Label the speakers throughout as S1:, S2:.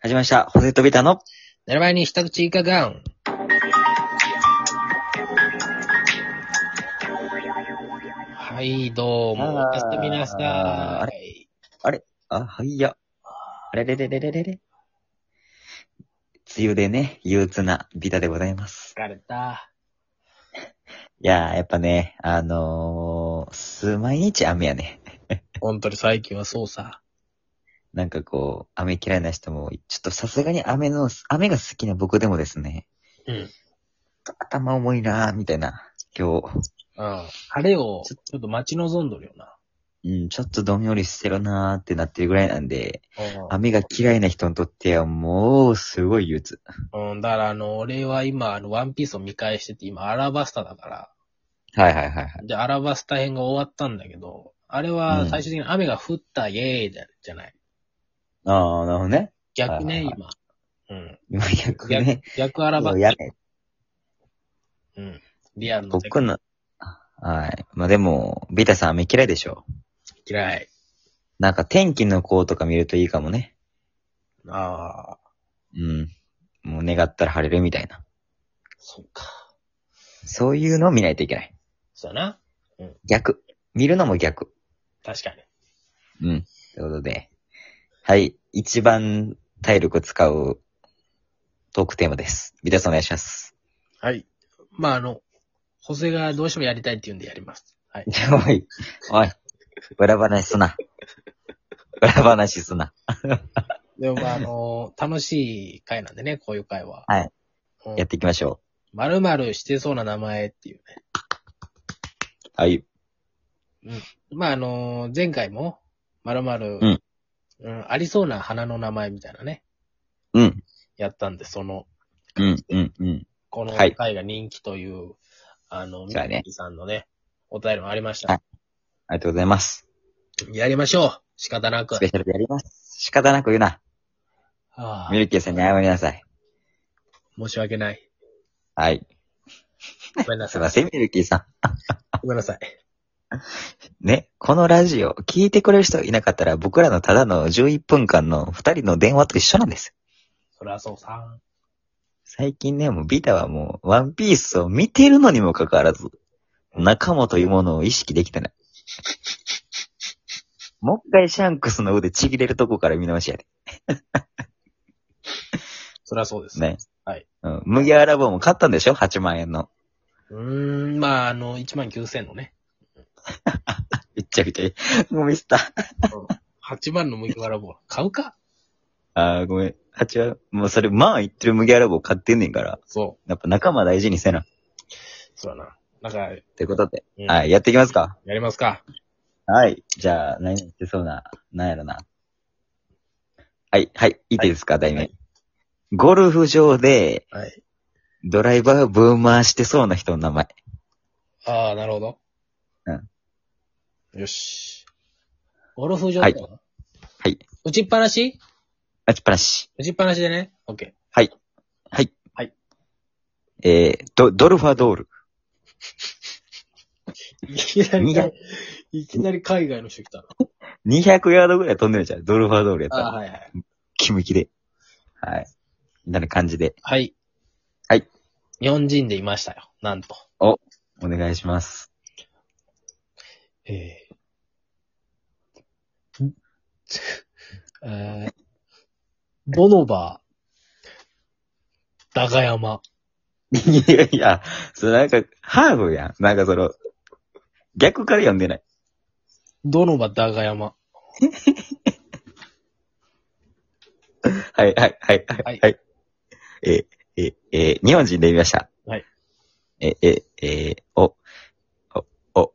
S1: 始まりました。ホセトビタの、
S2: なる前に一口いかがん。はい、どうも。
S1: あー
S2: おやすみなさ
S1: あ
S2: い。
S1: あ、はいや。あれれれれれれれ。梅雨でね、憂鬱なビタでございます。
S2: 疲れた。
S1: いやー、やっぱね、あのー、す、毎日雨やね。
S2: 本当に最近はそうさ。
S1: なんかこう、雨嫌いな人も、ちょっとさすがに雨の、雨が好きな僕でもですね、
S2: うん。
S1: 頭重いなー、みたいな、今日。
S2: うん。晴れを、ちょっと待ち望んどるよな。
S1: うん、ちょっとどんよりしてるなーってなってるぐらいなんで、
S2: うん
S1: 雨が嫌いな人にとってはもう、すごい憂鬱。
S2: うん。だから、あの、俺は今、あの、ワンピースを見返してて、今、アラバスタだから。
S1: はいはいはいはい。
S2: で、アラバスタ編が終わったんだけど、あれ
S1: う
S2: は
S1: ん
S2: 最終的に雨が降った、イエーイじゃじゃない。
S1: ああ、なるほどね。
S2: 逆
S1: はい
S2: ね、
S1: はい
S2: 今。うん。
S1: 今逆
S2: 逆、
S1: ね。
S2: 逆アラバ
S1: そう
S2: ス
S1: やね
S2: タ。うん。リアルの世界
S1: 僕の、はい。まあでも、ビタさん雨嫌いでしょ。
S2: 嫌い。
S1: なんか天気の子とか見るといいかもね。
S2: ああ、
S1: うん。もう願ったら晴れるみたいな。
S2: そうか。
S1: そういうのを見ないといけない。
S2: そうだな。
S1: 逆。見るのも逆。
S2: 確かに。
S1: うん。ということで。はい。一番体力使うトークテーマです。ビタさんお願いします。
S2: はい。まあ、あの、補正がどうしてもやりたいって言うんでやります。はい。
S1: おい、おい、裏話すな。裏話すな。
S2: でも、まあ、あ の、楽しい回なんでね、こういう回は。
S1: はい。
S2: うん
S1: やっ、ていきましょ
S2: 〇〇してそうな名前っていう
S1: う。はい。
S2: ね。まあ、あの、前回も、〇〇、
S1: うん
S2: うん、ありそうな花の名前みたいなね、
S1: うん。
S2: やったんで、その、
S1: うん、うん、うん。
S2: この
S1: はい
S2: 回が人気という、あの、
S1: そうやね
S2: ミッキーさんのね、お便りもありました。
S1: はありがとうございます。
S2: やりましょう仕方なく。
S1: スペシャルでやります。仕方なく言うな。
S2: はあ
S1: ミルキーさんに謝りなさい。
S2: 申し訳ない。
S1: はい。
S2: ごめんな
S1: す
S2: さ
S1: い
S2: い
S1: ま。せん、ミルキーさ
S2: ごめんなさい。
S1: ん。ね、このラジオ、聞いてくれる人いなかったら、僕らのただの11分間の2人の電話と一緒なんです。
S2: そりゃそうさ。
S1: 最近ね、もうビタはもう、ワンピースを見てるのにもかかわらず、仲間というものを意識できてない。もう一回シャンクスの腕ちぎれるとこから見直しやで。
S2: そりゃそうです。
S1: ね。
S2: はい。
S1: うん。麦わら帽も買ったんでしょ ?8 万円の。
S2: うーん、まあ、あの、1万9000 のね。
S1: めっちゃくちゃ。もうミスった。
S2: 8万の麦わら棒。買うか
S1: ああ、ごめん。八は、もうそれ、まあ言ってる麦わら帽買ってんねんから、
S2: そう。
S1: やっぱ仲間大事にせな。
S2: そうだな。なんか、
S1: ってことで、
S2: うん
S1: はい、やっていきますか。
S2: やりますか。
S1: はい。じゃあ、何言ってそうな、なんやろな。はい、はい、いいですか、題名、
S2: はい
S1: ゴルフ場で、
S2: はい。
S1: ドライバーブーマーしてそうな人の名前。
S2: ああ、なるほど。
S1: うん
S2: ん。よし。ゴルフ場
S1: はい
S2: だな
S1: はい。
S2: 打ちっぱなし
S1: 打ちっぱなし。
S2: 打ちっぱなしでね。オッケ
S1: はい。
S2: はい。
S1: えー、ド、ドルファドール。
S2: ー。いきな
S1: り海
S2: り、いきなり海外の人来たな。
S1: 200ヤードぐらい飛んでるじゃん。ドルファドールやった
S2: ああ、
S1: ら。
S2: はいはい。
S1: キムキで。はい。みたいな感じで、
S2: はい。
S1: はい。
S2: 日本人でいましたよ。なんと。
S1: お願いします。
S2: え ー、えー、ボノバー、ダガヤマ。
S1: いやいや、それなんか、ハーフやん。なんかその、逆から読んでない。
S2: ドノバ、ダガヤマ。
S1: はい、はい、はい、はい、はい。えー、えー、えー日本人で見ました。
S2: はい。
S1: えー、えー、えーお、お、お、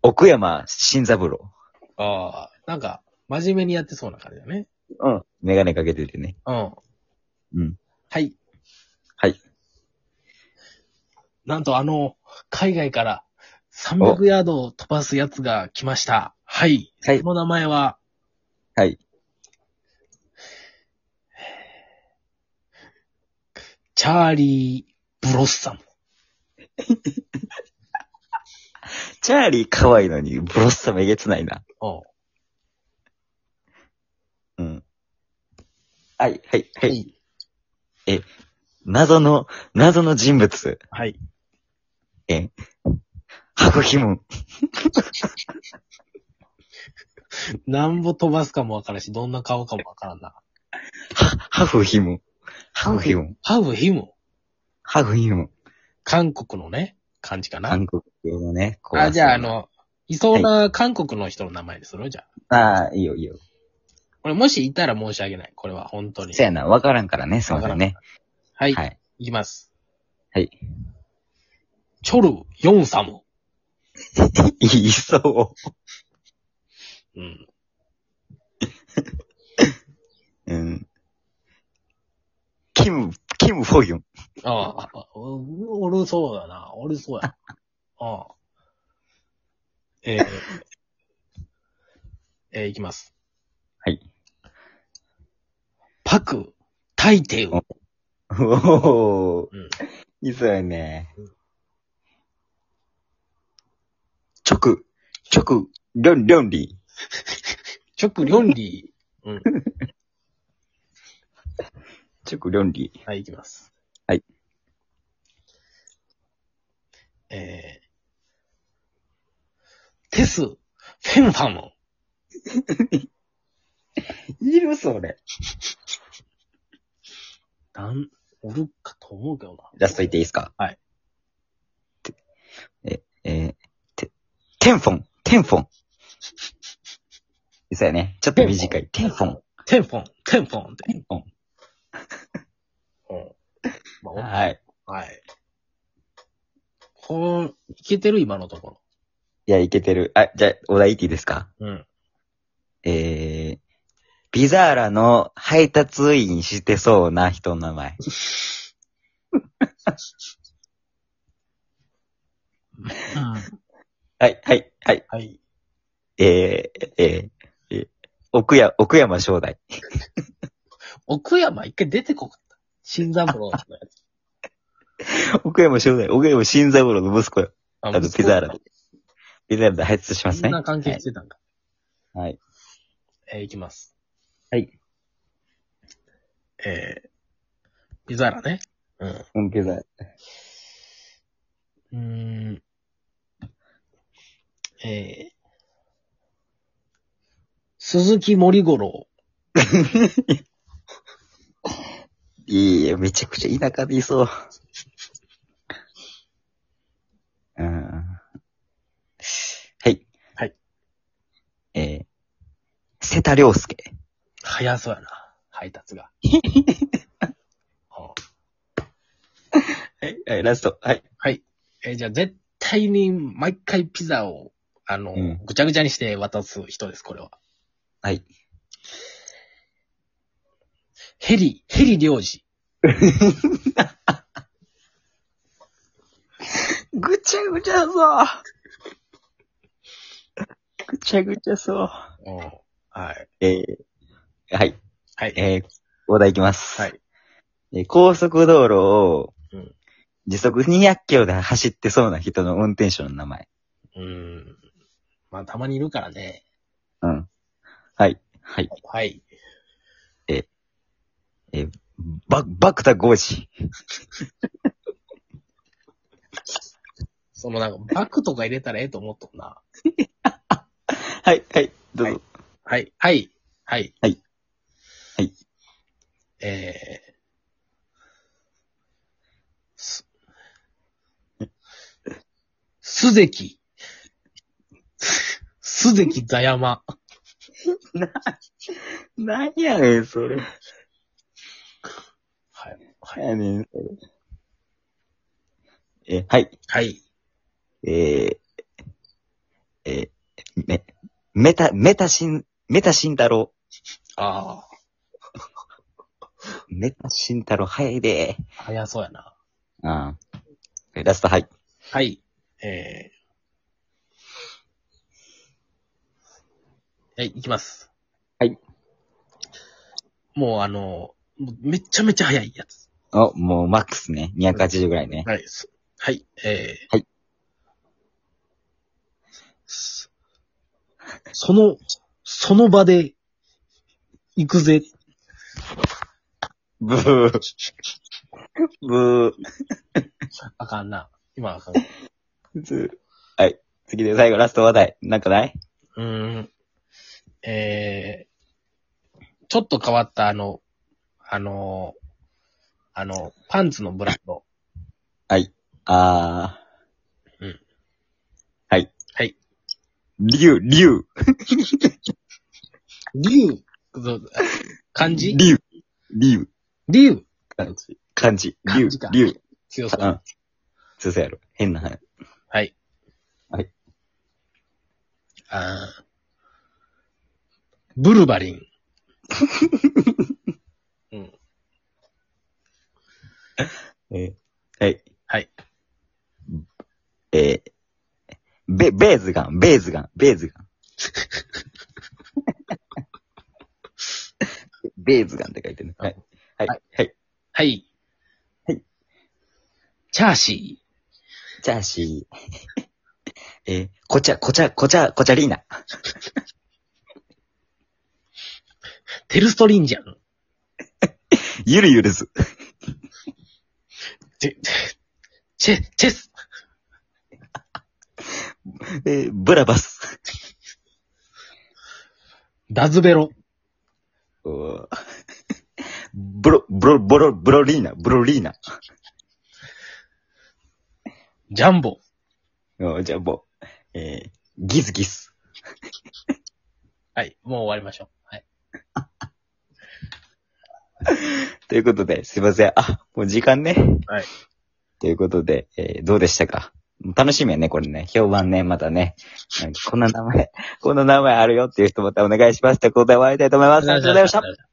S1: 奥山慎三郎。
S2: ああ。なんか、真面目にやってそうな感じだね。
S1: うん。メガネかけててね。
S2: うん。
S1: うん。
S2: はい。
S1: はい。
S2: なんとあの、海外から300ヤードを飛ばすやつが来ました。はい。
S1: はい
S2: その名前は、
S1: はい。
S2: チャーリー・ブロッサム。
S1: チャーリー可愛いのに、ブロッサムえげつないな。
S2: うん。
S1: うん。はい、はい、はい。。謎の、謎の人物。
S2: はい。
S1: え白鬼門。
S2: なんぼ飛ばすかもわからんし、どんな顔かもわからんな。
S1: は、ハフヒム。ハフヒム。
S2: ハブヒム。
S1: ハフヒム。
S2: 韓国のね、感じかな。
S1: 韓国語のね、こう
S2: あ、じゃああ。の、いそうな韓国の人の名前でするじゃあ。
S1: ああ、いいよいいよ。
S2: 俺もしいたら申し訳ない。これは本当に。
S1: そやな、わからんからね、そうだね。
S2: は。、
S1: はいはい い。
S2: きます。
S1: はい。
S2: チョル、ヨンサム。
S1: いそ
S2: うん。
S1: う。うん。キム、キム・フォギョン。
S2: ああ、おおるそうだな。おるそう や。ああ。えー、 えー、いきます。
S1: はい。
S2: パク、タイテウ。
S1: おー
S2: うん。
S1: いそうやね。直、直、りょん、りょんり。
S2: チョク、リョンリー。うん。
S1: 直、りょんり。
S2: はい、いきます。
S1: はい。
S2: えー、テス、フェンファム。
S1: いるそれ。
S2: なん、おるかと思うけどな。
S1: ラスト言っていいですか
S2: はい。
S1: てえ、えー、て、テンフォン、テンフォン。そうやね。ちょっと短い。テンフォン。
S2: テンフォン、テンフォンって。
S1: テンフォン。
S2: うん。まあ
S1: はい。
S2: お、はい。こう、いけてる今のとこ
S1: いや、いけてる。あ、じゃあ、お題言っていいですか
S2: ろ。うん。
S1: えー、ビザーラの配達員してそうな人の名前。はい、はい、はい。
S2: はい。
S1: えー、えー、えー奥や、奥山正代。
S2: 奥山一回出てこかった。新三郎のやつ。
S1: 奥山正代、奥山新三郎の息子よ。
S2: あ
S1: あの、ビザーラで。ビザーラで配達します
S2: そ
S1: ね。
S2: んな関係してたんか。
S1: はい。
S2: えーいきます。
S1: はい。
S2: えー、ピザーラね。うん。
S1: うん、けど、
S2: うーん。えー、鈴木森五郎。
S1: いいよ、めちゃくちゃ田舎でいそう。うん。はい。
S2: はい。
S1: えー、瀬田良介。
S2: 早そうやな。配達 が。うん
S1: はい、はい、ラスト。はい。
S2: はい。えーじゃあ絶対に毎回ピザを、あの、
S1: うん
S2: ぐちゃぐちゃにして渡す人です、これは。
S1: はい。
S2: ヘリ、ヘリ領事。
S1: ぐちゃぐちゃそう。ぐちゃぐちゃそう。
S2: うん。はい。
S1: えー、はい。
S2: はい。
S1: えー、お題いきます。
S2: はい。
S1: えー高速道路を
S2: うん、
S1: 時速200キロで走ってそうな人の運転手の名前。
S2: うーん。まあ、たまにいるからね。
S1: うん。はい。はい。
S2: はい。
S1: バ、バクタゴージ。
S2: そのなんか、バックとか入れたらええと思っとんな。
S1: はい、はい、どうぞ。
S2: はい、はい、はい。
S1: はい。はい。
S2: えー。す、すぜき。すぜきざやま。
S1: なんやねん、それ。
S2: はい。
S1: なんやねん、それ。え、はい。
S2: はい。
S1: えー、えー、め、メタ、メタシン、メタシン太郎。
S2: ああ、
S1: メタシン太郎、早いで。
S2: 早そうやな。
S1: うん。えラスト、はい。
S2: はい。えー。はい、いきます。
S1: はい。
S2: もうあの、もうめちゃめちゃ早いやつ。
S1: お、もうマックスね。280ぐらいね。
S2: はい、すはい、えー。
S1: はい
S2: す。その、その場で、行くぜ。
S1: ブー。ブ
S2: あかんな。今あかん。
S1: ー。ずはい。次で最後、ラスト話題。なんかないう
S2: ーん。えー、ちょっと変わったあの、あの、あの、パンツのブランド。
S1: あー。
S2: うん。
S1: はい。
S2: はい。
S1: 竜、竜。
S2: 竜、そう漢字
S1: 竜。竜。
S2: 竜
S1: 漢字。漢字。竜
S2: 漢字か。
S1: 竜。
S2: 強
S1: う
S2: そう。
S1: ん。そうそうやろ。変な話。
S2: はい。
S1: はい。
S2: あーブルバリン。うん。
S1: えーはい。
S2: はい。
S1: えー、ベ、ベーズガン、ベーズガン、ベーズガ ン。ベーズガンって書いてるね。はい。はい。
S2: は
S1: はい。
S2: はい。
S1: はい。
S2: チャーシ
S1: チャーシー。 えー、こちゃ、こちゃ、こちゃ、こちゃリーナ。
S2: ー、テルストリンジャン。
S1: ゆるゆるず。
S2: チェ、チェ、チェス。
S1: えー、ブラバス。
S2: ダズベロ。
S1: おーブロ、ブロ、ブロ、ブロリーナ、ブロリーナ。
S2: ジャンボ。
S1: おーじゃあもう、えー、ギスギス。
S2: はい。もう終わりましょう。はい。
S1: ということで、すいません。あ、もう時間ね。
S2: はい。
S1: ということで、えーどうでしたか楽しみやね、これね。評判ね、またね。なんかこんな名前、こんな名前あるよっていう人またお願いします。ということで終わりたいと思います。ありがとうございました。